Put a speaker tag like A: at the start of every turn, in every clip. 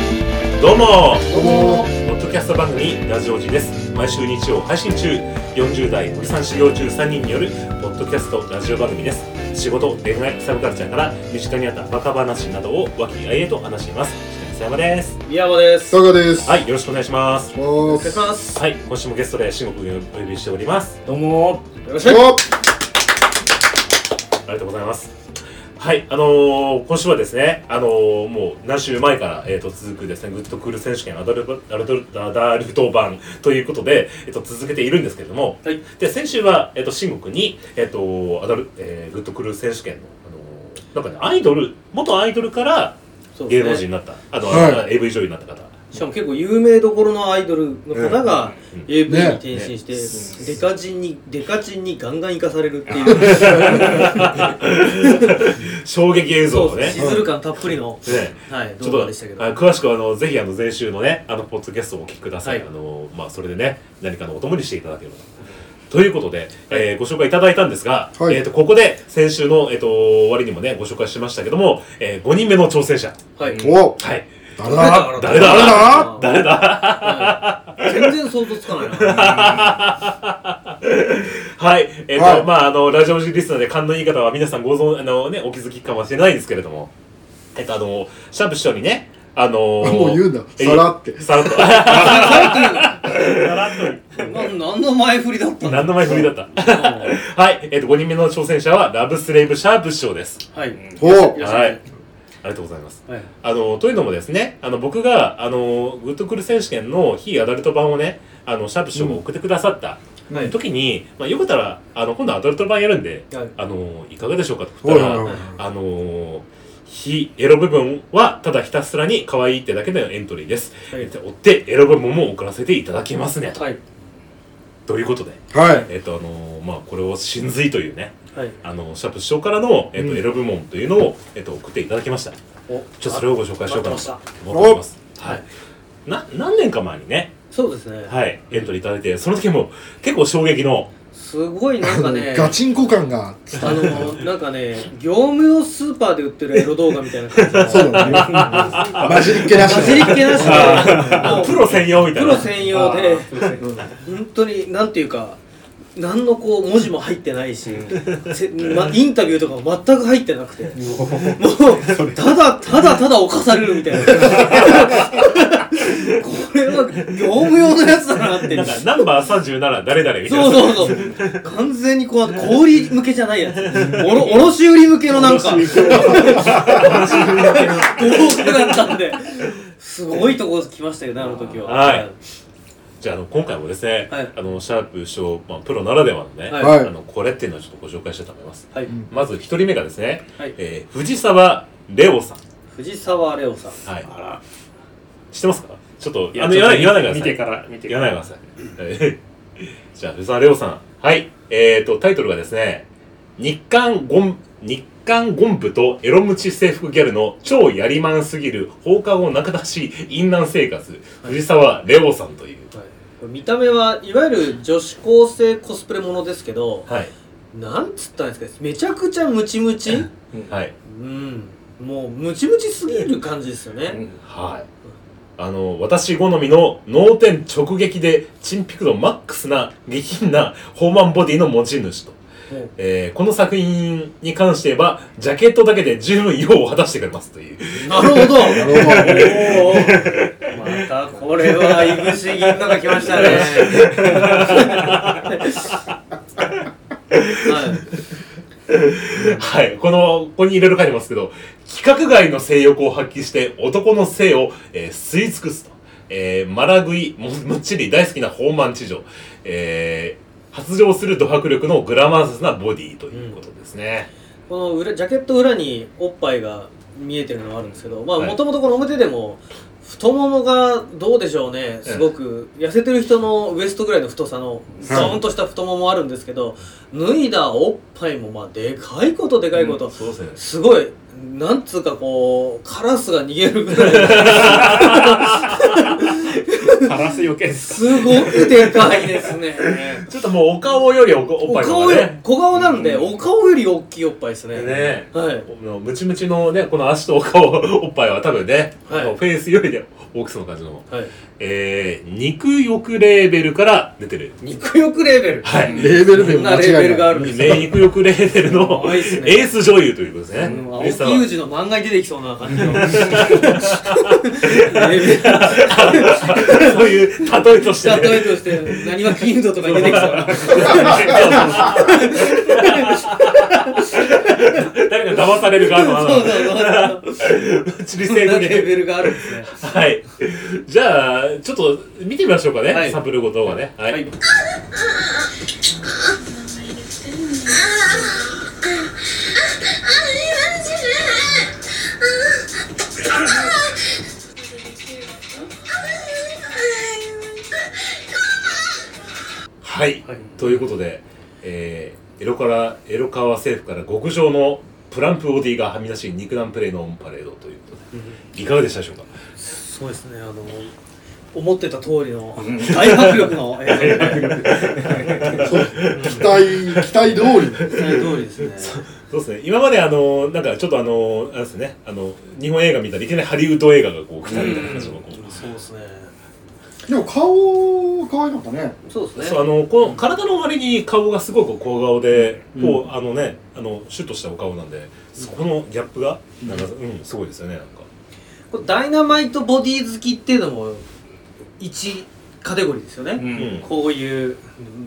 A: どうもポ
B: どうも
A: ッドキャスト番組ラジオジです毎週日曜配信中40代おじさん修行中3人によるポッドキャストラジオ番組です仕事恋愛サブカルチャーから身近にあったバカ話などを和気あいあいと話します石山です
C: 宮本です。
B: 佐賀です。
A: はいよろしくお願いします
B: お
C: お
B: 願いし
C: 願いし
B: ま
C: ます。
A: はい今週もゲストで慎吾君をお呼びしております
C: どうも。よろし
B: す。
C: く。
B: お
A: ありがとうございますはい、あのー今週はですね、あのーもう何週前から、えー、と続くですね、グッドクール選手権アダルトアダルトアダルト版ということで、えー、と続けているんですけれども、
C: はい。
A: で先週は、えっとシンゴ君に、えっとアダルえーグッドクルー選手権の、あのなんかね、アイドル元アイドルから
C: そう
A: 芸
C: で
A: 能
C: す
A: 人に
C: ね。
A: なった、あと、
B: はい
A: あの AV 女優にな った方
C: しかも結構有名どころのアイドルの方が
A: うん
C: AV に
B: ね
C: 転身して、
A: ね
C: デカチンに、デカチンにガンガン行かされるっていう、
A: 衝撃映像
C: そ
A: の
C: う、
A: ね
C: シズル感たっぷりの、
A: ね
C: はい、
A: ちょ
C: 動
A: っと
C: 画でしたけど。
A: あ
C: は
A: 詳しくはあのぜひあの前週のねあのポッドキャストをお聞きください、
C: はい
A: あのまあ、それでね何かのお供にしていただければと。ということで、えーご紹介いただいたんですが、
B: はい
A: えー、とここで先週の、えー、と終わりにもねご紹介しましたけども、え5人目の挑戦者、
C: い。
B: お
A: はい、
B: 誰だ
A: 誰だ
B: 誰
A: 誰だ
C: はい全然想像つか ないな。
A: はい。えっ、と、
B: はい
A: まあ、あの、ラジオリスナーで勘のいい方は皆さんご存、あのね、お気づきかもしれないですけれども、えっ、と、あの、シャープ師匠にね、あのー、
B: もう言うんだ
A: え
B: さらっ て
A: さらっと。
C: なん何の前振りだったんだ
A: 何の前振りだった。 はい。えっ、と、5人目の挑戦者は、ラブスレイブシャープ師匠です。
C: はい。
B: お
C: いらっし
A: は
C: ゃ
A: い
C: い。
A: ありがとうございます。
C: はい。
A: あの、というのもですね、あの、僕が、あの、グッドクル選手権の非アダルト版をね、あの、シャープ師匠が送ってくださった
C: はい
A: 時に、まあ、よかったら、あの、今度アダルト版やるんで、
C: はい
A: あの、いかがでしょうかと振
B: お
A: っ
B: い
A: たら
B: おいおい、
A: あのー、非エロ部分はただひたすらに可愛いってだけのエントリーです。
C: はい
A: えっと追ってエロ部分も送らせていただきますね。
C: はい。
A: ということで、
B: はい
A: えっとあのーまあこれを真髄というね、
C: はい。
A: あのシャープ師匠からの、えっと
B: うん
A: エロ部門というのを、えっと送っていただきました。ちょ
C: お
A: っとそれをご紹介しようかな
C: 待
A: と
C: って
A: 思っております。は
C: はい
A: い。な何年か前にね、
C: そうですね。
A: はいエントリーいただいて、その時も結構衝撃の、
C: すごいな
B: あ
C: んか
B: の
C: ね、
B: ガチンコ感が
C: あのなんかね、業務用スーパーで売ってるエロ動画みたいな感じの
B: そうだね。混じりっけなし
C: 混じりっ
B: だ。
C: 気なしでもう
A: プロ専用みたい
C: プ
A: な。
C: ロ専用で
B: うん
C: 本当になんていうか何のこう文字も入ってないし、せま、インタビューとかも全く入ってなくてもうただただただ犯されるみたいなこれは業務用のやつだなって
A: なんかナンバー37誰々みたいな。
C: そうそう そう完全にこう小売り向けじゃないやつおろ卸売り向けのなんか
A: 卸
C: 豪華だったんですごいとこ来ましたよねあの時は
A: はいじゃああの今回もですね、
C: はい
A: あのシャープ賞、まあ、プロならではのね、
C: はい
B: はい
A: あのこれっていうのをちょっとご紹介したいと思います
C: はい、
A: まず一人目がですね、
C: はい
A: えー藤沢レオさん、
C: 藤沢レオさん
A: はい、
D: あら
A: 知ってますかちょっと
D: い
A: あ
D: や
A: の
D: ち
A: 言
D: ょっ
A: わな
D: と
A: い言わないでください
D: 見てから見て
A: 言
D: か
A: わな
D: ら
A: いでくださいはい じゃあ藤沢レオさんはいえー、とタイトルがですね日刊ゴン日刊ゴン部とエロムチ制服ギャルの超やりまんすぎる放課後仲出し淫乱生活藤沢レオさんという
C: はい、見た目はいわゆる女子高生コスプレものですけど
A: はい
C: なんつったんですかめちゃくちゃムチムチ
A: はい
C: うんもうムチムチすぎる感じですよ
D: う
C: ね
D: ん
A: はい。あの、私好みの脳天直撃で、チンピク度マックスな下品なホーマンボディの持ち主と。
C: もう
A: えーこの作品に関しては、ジャケットだけで十分用を果たしてくれますという。
C: なるほど
B: なるほど
C: おーまたこれはいぶし銀河が来ましたねはい
A: はい。この、ここにいろいろ書いてますけど、規格外の性欲を発揮して、男の性を、えー吸い尽くすと。えーマラ食い、ももっちり大好きなホーマン地上。えー発情するド迫力のグラマーサスなボディということですね。
C: この裏ジャケット裏におっぱいが見えてるのはあるんですけどまあ
A: はい
C: もともとこの表でも太ももがどうでしょうねすごく痩せてる人のウエストぐらいの太さのゾーンとした太ももあるんですけど脱いだおっぱいもまあでかいことでかいこと
A: そうですね。
C: すごいなんつうかこうカラスが逃げるぐらい
D: カラスよけですか
C: すごくでかいですね。
A: ちょっともうお顔よりおおっ
C: お
A: ぱいの方
C: 顔
A: が
C: よ
A: ね。
C: 小顔なんで、お顔より大きいおっぱいですね。
A: ね
C: はい。
A: このムチムチのね、この足とお顔、おっぱいは多分ね、
C: はい
A: フェイスよりで大きそうな感じの。
C: はい。
A: えー、肉欲レーベルから出てる。
C: 肉欲レベル。
A: はい。
B: レーベル
C: こ
B: 名
C: んな
B: 間
C: レベ
B: 違い
C: ルが
B: な
C: あ
B: い。
C: るんです
A: ね、肉欲レーベルの
C: 可愛いっすね
A: エース女優ということですね。
C: うん青
A: エー
C: 木
A: スさんは
C: 裕二の漫画に出てきそうな感じ の。レベル
A: そういう例えとして、
C: 例
A: ね。
C: えとして、何は金度とかに出てきそう な。
A: 誰か騙される側のあ
C: そう そうそう。
A: の、チリ
C: そん
A: 性
C: な
A: の
C: レ
A: ね。
C: ベルがあるんですね。
A: はい。じゃあ、ちょっと見てみましょうかね。
C: はい
A: サンプルごとがね。はい。
C: はい。
A: はい。
C: はい
A: ということで、えー、エロから、エロ川政府から極上のプランプオディがはみ出し肉弾プレイのオンパレードということで、いかがでしたでしょうか
C: そうですね、あの、思ってた通りの大迫力の映像で、
B: 期待、期待通
C: 期待通りですね。
A: そうですね。今まであの、なんかちょっとあの、あれですね、あの、日本映画見たらいきなりハリウッド映画がこう来たみたいな感じのこう
C: そうですね。
B: り。でも顔、可愛かったね。
C: そうですね。
A: そうあのこの体の割に顔がすごく小顔で、こうあのねあのシュッとしたお顔なんでそこのギャップがなんか、うん、すごいですよねなんか
C: これダイナマイトボディ好きっていうのも一カテゴリーですよね、
D: うん
C: こういう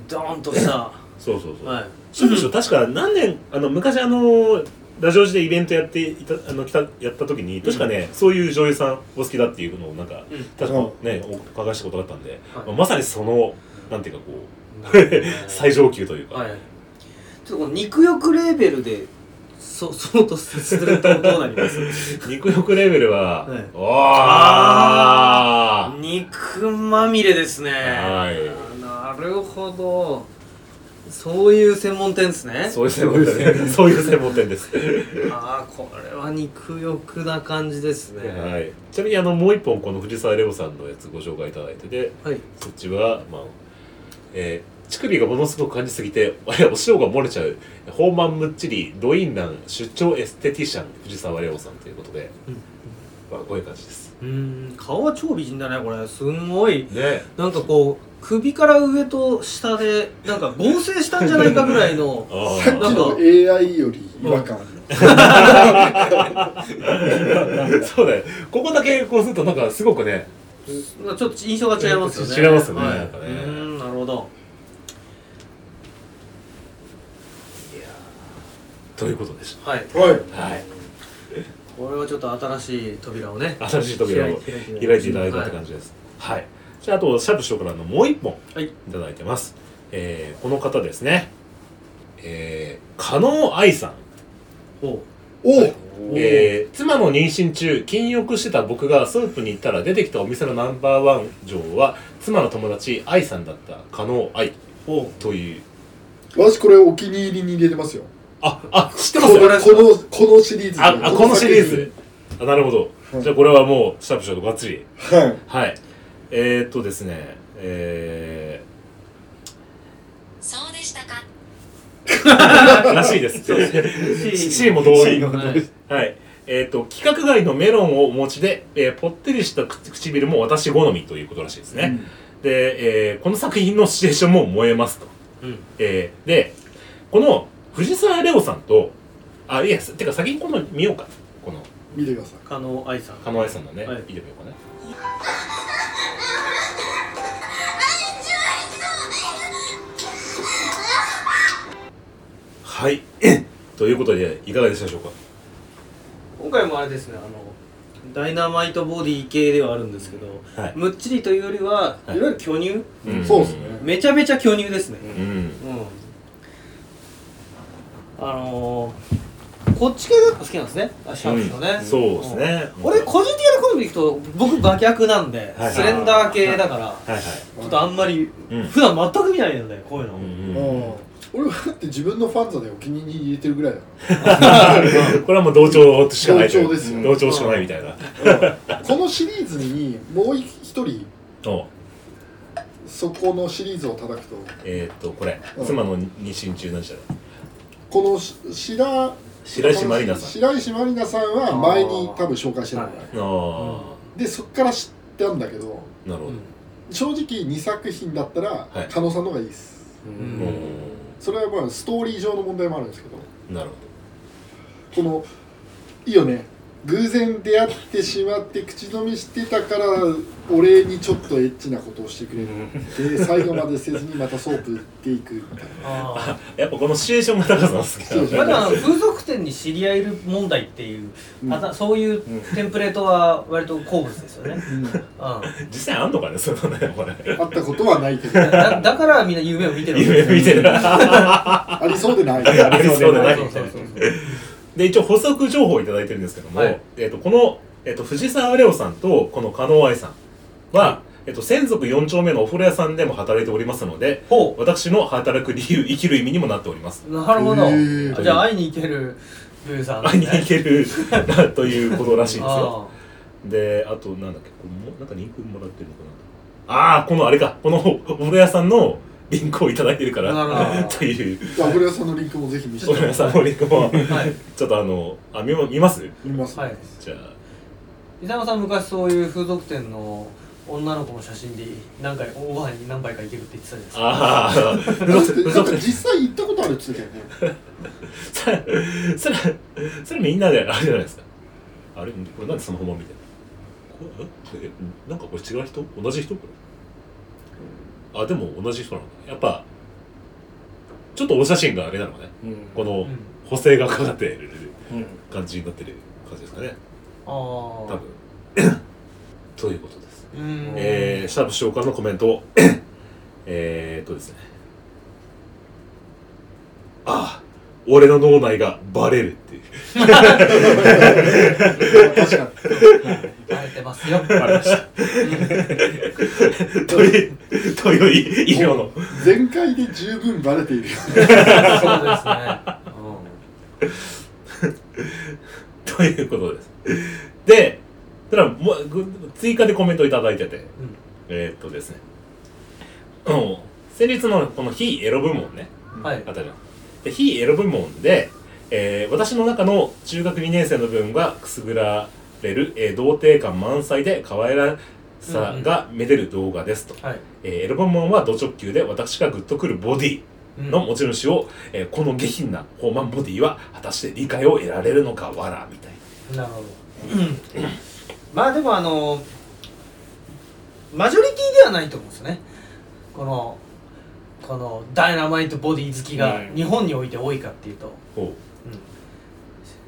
C: ドーンと した
A: そうそうそう、
C: はい
A: そうでしょ確か何年あの昔あのラジオ時でイベントやっていたあの来たやった時に確かね、そういう女優さんお好きだっていうのをなんか、
C: うん
A: 確かねお伺いしたことがあったんで、
C: はい
A: まあまさにそのなんていうかこう最
C: 最
A: 上級というか、
C: はいちょっとこの肉欲レーベルでそ そうとするとどうなります
A: 肉欲レベルは、
C: は
A: お
C: い
A: ー
C: 肉まみれですね
A: はい
C: なるほどそういう専門店ですね
A: そういう専門店ですそういう専門店です
C: ああこれは肉欲な感じですね
A: はい、ちなみにあのもう一本この藤沢レオさんのやつご紹介いただいてで
C: はい
A: そっちはまあえー、乳首がものすごく感じすぎてあれお塩が漏れちゃうホーマン・ムッチリドインラン出張エステティシャン藤沢レオさんということで、
C: うん
A: まあ、こういう感じです
C: うーん顔は超美人だねこれすんごい
A: ね
C: なんかこう首から上と下でなんか合成したんじゃないかぐらい の
A: あ
B: さっき
A: あ
C: なんか
B: の AI より違和感ある。
A: そうだよここだけこうするとなんかすごくね
C: まあちょっと印象が違いますよね
A: 違いますよね
C: は
A: なん
C: う
A: かね
C: ーんなるほど
A: ということでし
C: はい
B: はい。
A: たはい
C: これはちょっと新しい扉をね
A: 新しい扉を
C: 開いて
A: 開いていただいたって感じですはい、じゃああとシャープ師匠からのもう一本
C: はい
A: いただいてます、えー、この方ですねえー、加納愛さん、
C: おう
B: お
C: お
A: えー、妻の妊娠中禁欲してた僕がスープに行ったら出てきたお店のナンバーワン嬢は妻の友達愛さんだった加納愛という
B: 私これお気に入りに入れてますよ。
A: ああ知って
B: こ
A: ます
B: の
A: よ
B: このこのシリーズ。
A: ああこのシリーズあなるほど、
B: はい
A: じゃあこれはもうシャープ師匠とバッチリ
B: 作品。はい。
A: はいえー、っとですねえ
E: そうでしたか。
A: ー、らしい です
C: し
A: C も同意
C: はい
A: はい。えっ、と、規格外のメロンをお持ちで、えーぽってりした口唇も私好みということらしいですね。で、えーこの作品のシチュエーションも燃えますと。
C: うん
A: えーで、この藤沢レオさんと、あ、いや、てか先にこの見ようか。この、
B: 見てください。
C: 加納愛さん
A: カノエさんのね、
C: はい
A: 見てみようかね。はい。 ということで、いかがでしたでしょうか
C: 今回もあれですねあのダイナマイトボディ系ではあるんですけど、
A: はい
C: むっちりというよりは、
A: はい
C: い、わゆる巨乳
A: うん
B: そうですね。
C: めちゃめちゃ巨乳ですね
A: うん。
C: うん、あのー、こっち系がやっぱ好きなんですねあシャープのね、
A: うんそうですね。
C: うん俺個人的な好みでいくと僕馬脚なんで、
A: はい
C: スレンダー系だから、
A: はいはい。
C: ちょっとあんまり、
A: うん
C: 普段全く見ないのでこういうの、
A: うん
B: うん俺はだって自分のファンザでお気に入りに入れてるぐらいだか
A: これはもう同調しかないという
B: 同調ですよ
A: 同調しかないみたいな。
B: らこのシリーズにもう一人
A: お
B: そこのシリーズを叩くと
A: えーっとこれ
B: うん
A: 妻の妊娠中の時代
B: このし白
A: 白石まりなさん
B: 白石まりなさんは前に多分紹介してるんだ
F: は
B: よ
F: い
A: あ
B: でそっから知ったんだけど
A: あなるほど
B: 正直2作品だったら
A: はい
B: 狩野さんの方がいいです
F: うん
A: う
B: それはまあストーリー上の問題もあるんですけど
A: んなるほ
B: このいいよね偶然出会ってしまって口止めしてたから俺にちょっとエッチなことをしてくれるで最後までせずにまたソープ売っていくみたい
C: あ
A: どやっぱこのシチュエーションが高さん好きなん
B: そ
C: ー
A: で
B: う
C: まだ風俗店に知り合いいる問題っていう、
B: うん
C: あたそういうテンプレートは割と好物ですよ ね、
B: な、
C: うん、だ
A: 実際あんのかねそのねこれ
B: あったことはないけど
C: だだからみんな夢を見てる
A: 夢見てる
B: ありそうでない
A: ありそうでない
C: そうそうそうそう
A: で一応補足情報をいただいてるんですけども、
C: はい
A: えっとこの、えっと藤沢レオさんとこの加納愛さんは、えっと専属4丁目のお風呂屋さんでも働いておりますので
C: ほ
A: 私の働く理由生きる意味にもなっております
C: うなるほど、
B: へー
C: あじゃあ会いに行ける女優さん、ね、
A: 会いに行けるなということらしいですよ
C: あ
A: であとなんだっけこれもなんかリンクもらってるのかなああこのあれかこのお風呂屋さんのリンクをいただいてるか
C: なる
A: ら
C: ほ ど
A: という
B: あ古谷さんのリンクもぜひ見せ
A: お風呂
B: て
A: 屋さんのリンクも
C: はい
A: ちょっとあのあ見ま見ます
B: みます、
C: はい
A: じゃあ
C: 伊沢さん昔そういう風俗店の女の子の写真で何回大ご飯に何杯か行けるって言ってたじゃない
A: ああ
B: だってなんか実際行ったことあるっつってたよね
A: それ、それ、それみんなで、あれじゃないですか。あれ、これなんでスマホ版みたいな。これええなんかこれ違う人同じ人これ。あ、でも同じ人なのか。やっぱ、ちょっとお写真があれなのかね。
E: うん
A: この
C: うん、
A: 補正がかかってる
E: うん
A: 感じになってる感じですかね。
C: ですかあ
A: 多
C: あ
A: 分。 ということです。
C: うん
A: えー、シャープ召喚のコメントを、えーっとですね。ああ、俺の脳内がバレるっていう。
B: 確か
C: バレてますよ
E: わかりました
A: という、という医療の。
B: に全開で十分バレているよ
C: そうですね。
A: ということです。で、ただもうぐ追加でコメントいただいてて、
C: うん
A: えーっとですね。うん先日のこの非エロ部門ね、
C: うん。はい
A: あ。ったじゃん。で、非エロ部門で、えー私の中の中学2年生の分がくすぐられる、えー童貞感満載で可愛らさがめでる動画ですと。
C: はい。
A: えーエロ部門はド直球で私がグッとくるボディ。
C: うん
A: の持ち主を、えーこの下品なホーマンボディは果たして理解を得られるのかわらみたい
C: なるほど。まあでもあのマジョリティではないと思うんですよね。このこのダイナマイトボディ好きが
E: うん
C: 日本において多いかっていうと、
A: なほ
C: うん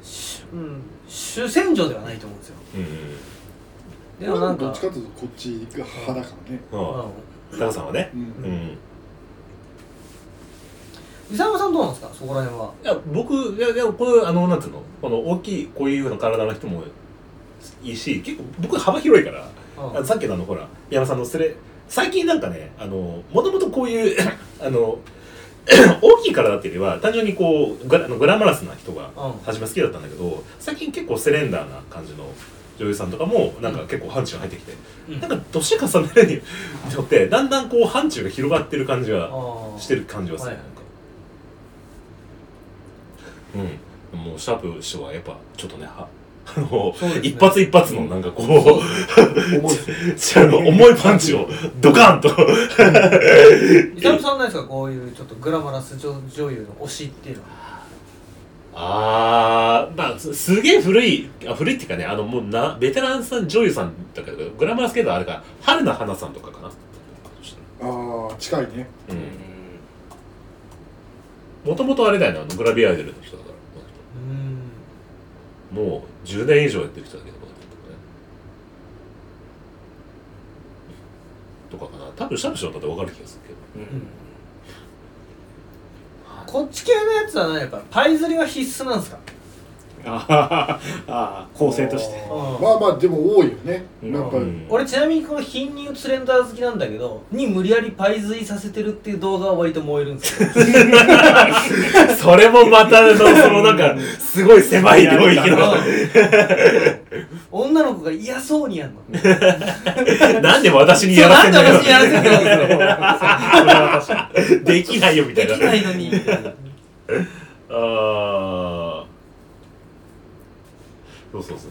C: しうん、主戦場ではないと思うんですよ。
A: ううん
C: でもなん
B: ど
C: か
B: っちかというとこっち派だからね
A: うん
C: う
A: ま
C: ん
A: あタカさんはね
B: う
A: うん
B: ん、
C: 伊沢さんどうなんですかそこら辺は。
A: いや僕いやいやこれあのなんていうのこの大きいこういうふうな体の人もいいし結構僕幅広いから、
C: うん
A: あのさっきのあのほら宮山さんのスレ最近なんかねあのもともとこういう あの大きい体っていうよりは単純にこうグラあのグラマラスな人が
C: うん
A: 初め好きだったんだけど最近結構セレンダーな感じの女優さんとかもなんか結構範疇入ってきて、
C: うん
A: なんか年重ねるによってだんだんこう範疇が広がってる感じ
C: あ
A: が
C: ー
A: してる感じはする、
C: はい
A: なんかうんもうシャープ師匠はやっぱちょっとねはあの、
C: そうですね
A: 一発一発のなんかこう
B: 重い
A: 違うの重いパンチをドカンと
C: 伊沢さんないですかこういうちょっとグラマラス女女優の推しっていうのは。
A: あーまあすすげえ古いあ古いっていうかねあのもうなベテランさん女優さんだけどグラマラスケートあれか春菜花さんとかかな
B: ああ近いね
A: うんもともとあれだよねあのグラビアアイドルの人だからこの人
C: うん。
A: もう10年以上やってる人だけど、この人とかね。とかかな。多分、シャムシャムだってわかる気がするけど。
E: うん
C: こっち系のやつはねやっぱパイ釣りは必須なんですか
E: あははあー構成として
C: うん
B: まあまあでも多いよね
E: うん
B: やっぱり、
A: うん
C: 俺ちなみにこの貧乳スレンダー好きなんだけどに無理やりパイ釣りさせてるっていう動画は割と燃えるん ですよ
A: それもまた、その、そのなんか、すごい狭い領域の。
C: うん女の子が嫌そうにやる の
A: なんで私にやらせんだ
C: そうなんで私にやらせんだ
A: よ。
C: よ
E: それは 確かに
A: できないよ、みた
C: で
A: い
C: き
A: な。
C: ないのに
A: ああそうそうそう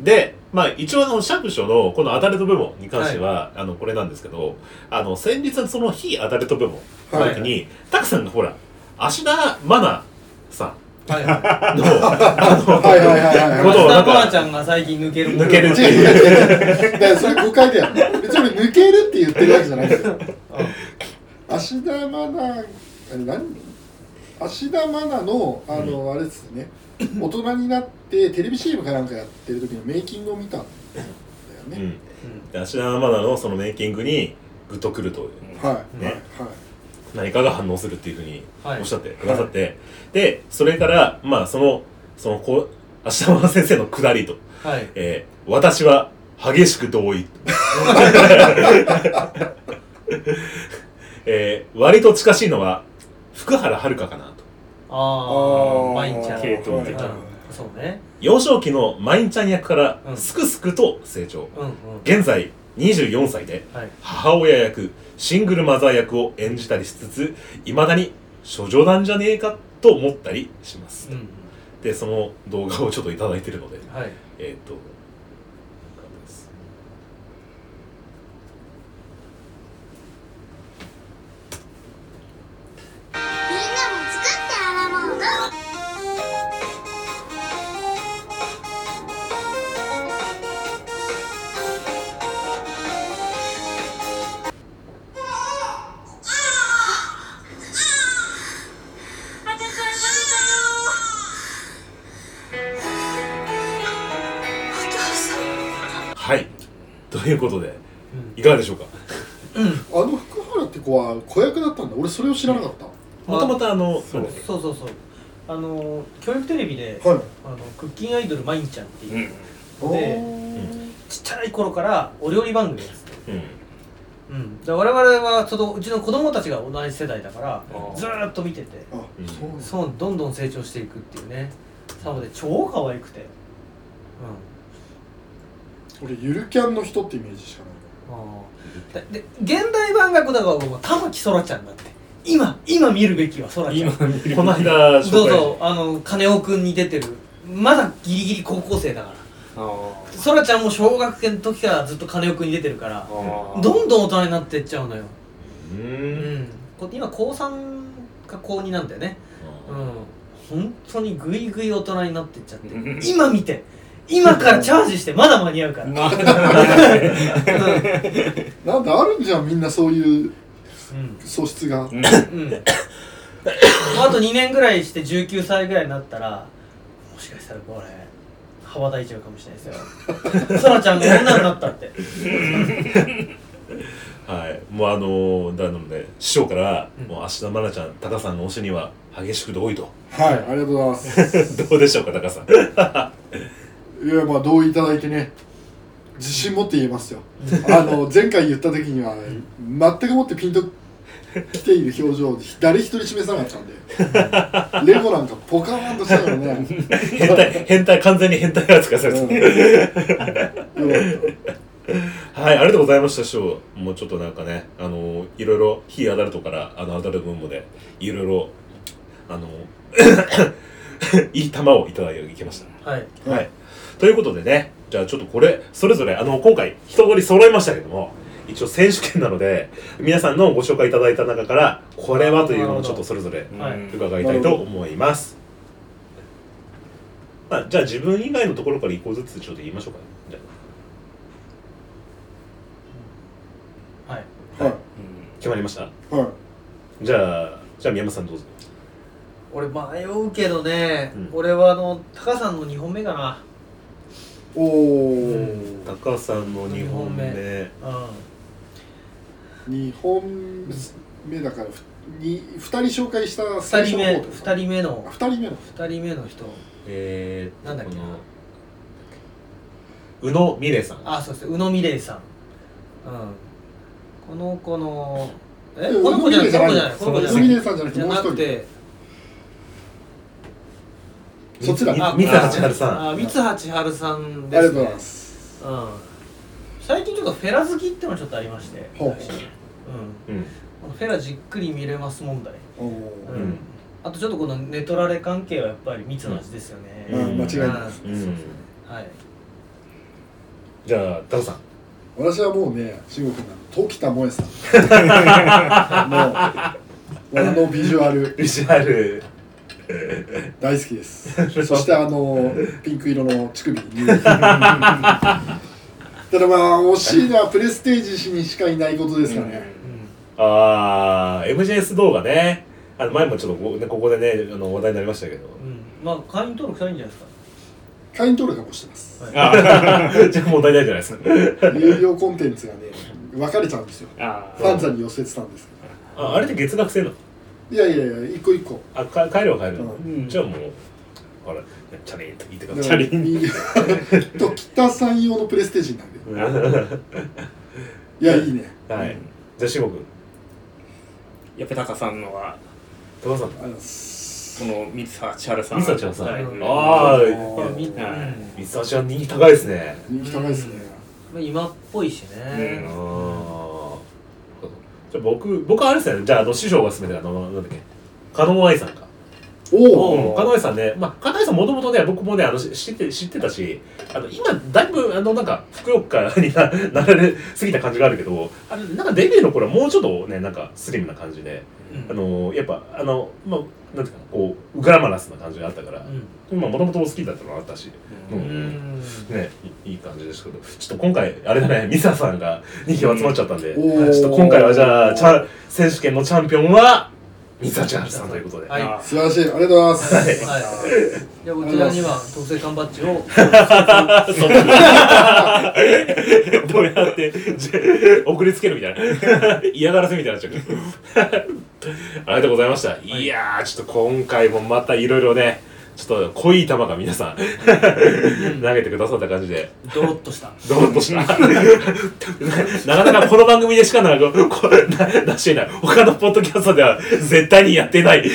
A: でまあ一応あの作所のこのアダルト部門に関しては、あのこれなんですけどあの先日その非アダルト部門の時に、たくさんがほら芦田愛菜さ
C: はいはい
A: んのあの
B: はいはいはいはい
A: ことをな
C: 下
A: ん
C: ばあ
A: か
C: ちゃんが最近抜ける
A: 抜けるって
B: 違う
A: いう
B: 違う違うだからそれ誤解だよ別に俺抜けるって言ってるわけじゃないんですよ芦田愛菜あれ何芦田愛菜のあの、あれですね大人になってテレビ CM かなんかやってる時のメイキングを見たんだよ
A: う
B: ね、
A: んで芦田愛菜のそのメイキングにグッとくるという
B: はい、
A: ね
B: はいはい
A: 何かが反応するっていうふうに
C: はい
A: おっしゃってくださって、でそれからまあそのそのこう芦田愛菜先生のくだりと
C: はい
A: えー私は激しく同意。 えー割と近しいのは、福原遥かなと。
C: ああマインちゃん
E: 系統的な
C: うんそうね
A: 幼少期のマインちゃん役から
C: う、ん
A: すくすくと成長。
C: うんうん
A: 現在、24歳で、
C: はい
A: 母親役、シングルマザー役を演じたりしつつ、未だに、処女なんじゃねえかと思ったりします。
C: うん
A: で、その動画をちょっといただいてるので、
C: はい
A: えっ、と、です
G: みんなも作ってあらもうぞ
A: はい。ということで、いかがでしょうか
B: あの福原って子は子役だったんだ俺それを知らなかった、
A: もともとあの、
E: そう
C: そうそうそうあの教育テレビで
B: はい
C: あのクッキンアイドルマインちゃんっていううん
B: お
C: で
B: ー
C: ちっちゃい頃からお料理番組やってて
A: うん。
C: うん、だから我々はちょっとうちの子供たちが同じ世代だから
E: あー
C: ずーっと見てて
B: あ
A: うん
B: そうなんだ
C: そうどんどん成長していくっていうねなので超可愛くてう
B: 俺ゆるキャンの人ってイメージしかない
C: んあーでで現代版がだからもう玉木そらちゃんだって今今見るべきはそらちゃん
E: 今見る
A: この間、紹介
C: どうぞあの金尾くんに出てるまだギリギリ高校生だから
E: あ
C: そらちゃんも小学生の時からずっと金尾くんに出てるから
E: あ
C: どんどん大人になってっちゃうのよ
A: う
C: う
A: ーん。
C: んこ今高3か高2なんだよねうん本当にぐいぐい大人になってっちゃって
E: うん
C: 今見て今からチャージしてまだ間に合うから、うん
E: まあ
B: なんだあるんじゃんみんなそういう
C: う
B: 素質が
E: うん
C: ん、もうあと2年ぐらいして19歳ぐらいになったらもしかしたらこれ羽ばたいちゃうかもしれないですよそらちゃんが女になったって
A: はい。もうあのー、なので、師匠から、
C: うん
A: もう芦田愛菜ちゃん、タカさんの推しには激しく同意と。
B: はいありがとうございます
A: どうでしょうか、タカさん。
B: いやまあ同意いただいてね自信持って言えますよあの前回言った時には全くもってピンときている表情を誰一人示さなかったんでレゴなんかポカーンとしたからね
A: 変態、変態、完全に変態扱いされてる。
B: うんよかっ
A: はい、ありがとうございました、師匠。もうちょっとなんかね、あのー、いろいろ、非アダルトから、あの、アダルト分母で、いろいろ、あの ー、いい玉をいただきました。
C: はい
B: はい
A: はい。ということでね、じゃあちょっとこれ、それぞれ、あの、今回、一通り揃いましたけども、一応選手権なので、皆さんのご紹介いただいた中から、これはというのをちょっとそれぞれ
C: はい
A: 伺いたいと思います。まあ、じゃあ自分以外のところから一個ずつちょっと言いましょうかね。じゃあ
C: はい
B: たはい
A: 決まりました
B: はい
A: じゃあ、じゃあ宮本さんどうぞ。
C: 俺迷うけどね、
A: うん
C: 俺はあのタカさんの2本目かな
B: おお
A: 高さんの2本
C: 二本
A: 目。
C: う
B: 2本目だから2人紹介した
C: ん2人目
B: 2
C: 2人目の
B: 人目の
C: 2人目の人
A: えー、
C: なんだっけな
A: この宇野美玲さん。
C: あそうです宇野美玲さんうんこの子のえ
B: いや
C: この子じゃない
B: 宇野
C: この
B: 美
C: 子じ
B: 玲
C: ゃ
B: じ
C: なこの子じゃ
B: ゃないい宇野
C: ない
B: 美玲さんじゃなくて
C: じゃ
B: もう一
C: な
B: 人
C: くて
B: そっちだ
A: み
B: あ
A: 三橋春さん
C: あ三橋春さん
B: りが
C: で
B: とう
C: す
B: ござい
C: ね
B: ます
C: うん最近ちょっとフェラ好きってのがちょっとありまして
B: ほうほ
C: う
A: うん
C: んフェラじっくり見れます問題う
B: おー
A: うん
C: んあとちょっとこのネトラレ関係はやっぱり密な味ですよね
A: うんうん間違い
B: ない
A: うん
C: はい
A: じゃあタコさん
B: 私はもうね中国なの時田萌 さんもう俺のビジュアル
A: ビジュアル
B: 大好きです そしてあのピンク色の乳首に ただまあ惜しいのはプレステージ氏にしかいないことですかね、
A: あー MJS 動画ねあの前もちょっとこ,、ね、ここでねあの話題になりましたけど
C: うんまあ会員登録されるんじゃないです
B: 会員登録もしてます
C: かはい
E: あ
A: じゃあ 問題ないじゃないですか
B: 有料コンテンツがね分かれちゃうんですよ
E: ーあ
B: ファン
E: ー
B: ザに寄せてたんですけ
A: ああれって月額制なの
B: どいやいやいや一個一個
A: あか帰るは帰るの、
E: うん
A: じゃあもうほらチャリンと言ってくだ
B: だ
A: さい
B: か
E: チ
B: ら
E: ャリン
B: み んなと北さん用のプレステージになる
A: う
B: いやいいね
A: んはいじゃあ志く
E: やっぱタカさんのは
A: 高さん
B: ありがとうございます
E: この三橋春さん
A: 三橋春さん
E: はい
A: あ
B: あ
A: ー
C: まあみ
B: ー
C: うんま
E: はい
A: 三橋は人気高いですね
B: 人気高いですね
C: あ今っぽいし
A: あ
C: ね
A: ーじゃあ僕僕あれですねじゃああの師匠が勧めてるあのなんだっけ加納愛さんか
B: おお
A: うん加納愛さんねまあ加納愛さんもともとね僕もねあのし知って知ってたしあの今だいぶあのなんかふくよかに ななられすぎた感じがあるけどあのなんかデビューの頃はもうちょっとねなんかスリムな感じで
C: うん
A: あのやっぱあのまあなんていうかなこうグラマラスな感じがあったから、まあもともと好きだったのもあったし、
E: う
A: うんん
C: うんうん
A: ねいいい感じですけどちょっと今回あれだねミサさんが2票集まっちゃったんで、
B: うんおー
A: ちょっと今回はじゃあチャ選手権のチャンピオンはミサチャンさんということで、
C: はい
E: あー
B: 素晴らしいありがとうございます
C: はい。じゃあこちらには特製缶バッジを。
A: どうやってじ送りつけるみたいな 嫌がらせみたいになっちゃうけどありがとうございました、い、やーちょっと今回もまたいろいろねちょっと濃い球が皆さん 投げてくださった感じで
C: ドロッとした。
A: ドロッとした なかなかこの番組でしかなんかこうな出していない他のポッドキャストでは絶対にやってない
B: でも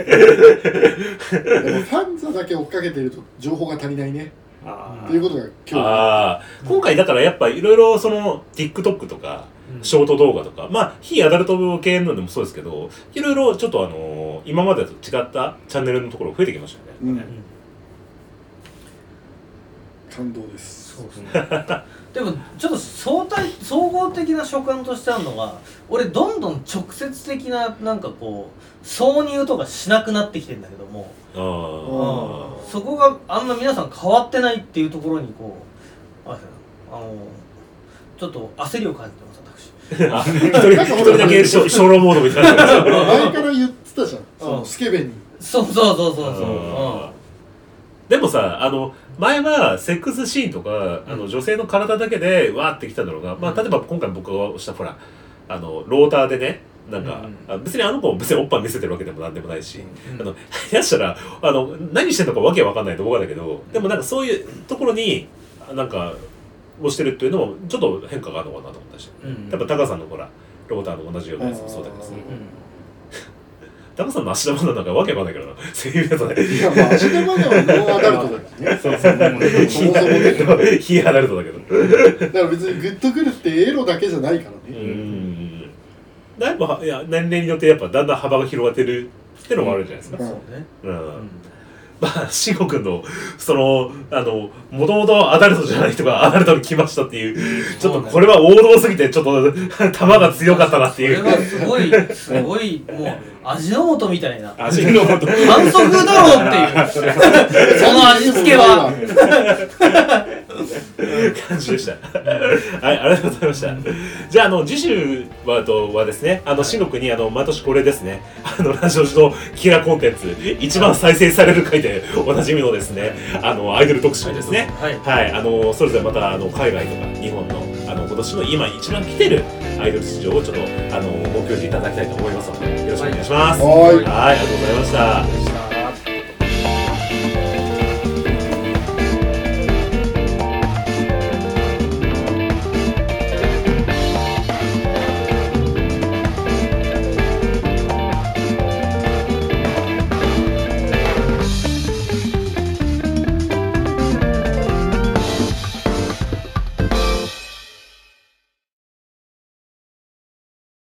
B: ファンザだけ追っかけてると情報が足りないね
E: あ
B: ということが今
A: あー今回だからやっぱいろいろその TikTok とかショート動画とか、まあ、非アダルト系のでもそうですけど、いろいろちょっとあのー今までと違ったチャンネルのところ増えてきましたよ
B: 日う
A: ね。
B: ん感動です
C: そうですね。でもちょっと相対総合的な所感としてあるのが、俺どんどん直接的ななんかこう挿入とかしなくなってきてんだけども、
A: あ
B: あ
A: ー
C: そこがあんま皆さん変わってないっていうところにこう、ああのちょっと焦りを感じてます私。
A: あ 一人一人だけショショーローモードみたいになってますよ
B: 前から言ってたじゃんそのスケベに
C: そうそうそうそうそう。
A: あーでもさあの前はセックスシーンとかあの女性の体だけでわーってきたんだろうが、まあ、例えば今回僕が押したほらあのローターでねなんか、あ別にあの子も別におっぱい見せてるわけでもなんでもないし、
C: うん
A: あのやしたらあの何してんのかわけわかんない動画だけどでもなんかそういうところになんか押してるっていうのもちょっと変化があるのかなと思ったし、
C: うん
A: やっぱタカさんのほらローターの同じようなやつもそうだけどさタカさんの足玉なんかわけわかんないけどな そういうやつね
B: いやまあ足手まではノーアダルトだからね
E: ーそうそう
B: そもそもね
A: ヒーアダルトだけど。
B: だから別にグッとくるってエロだけじゃないから
A: う
B: ね
A: ん。だいぶは、いや、年齢によってやっぱだんだん幅が広がってるってのもあるじゃないですか。
C: そうね。
A: う。
C: うんん
A: まあ、シゴ君の、その、あの、もともとアダルトじゃない人がアダルトに来ましたっていう、ちょっとこれは王道すぎて、ちょっと、球が強かったなってい
C: こ
A: う。
C: れはすごい、すごい、もう、味の素みたいな。
E: 味の素
C: 反則だろうっていう。その味付けは。
A: 感じでした。はい、ありがとうございました。じゃあ、あの、次週は、とはですね、あの、新国に、あの、毎年恒例ですね、あの、ラジオ時のキラーコンテンツ、一番再生される回でおなじみのですね、あの、アイドル特集ですね。
C: はい
A: はい、あの、それぞれまた、あの、海外とか、日本の、あの、今年の今一番来てるアイドル市場をちょっと、あの、ご教示いただきたいと思いますので、よろしくお願いします。
B: はい
A: はい、ありがとうございました。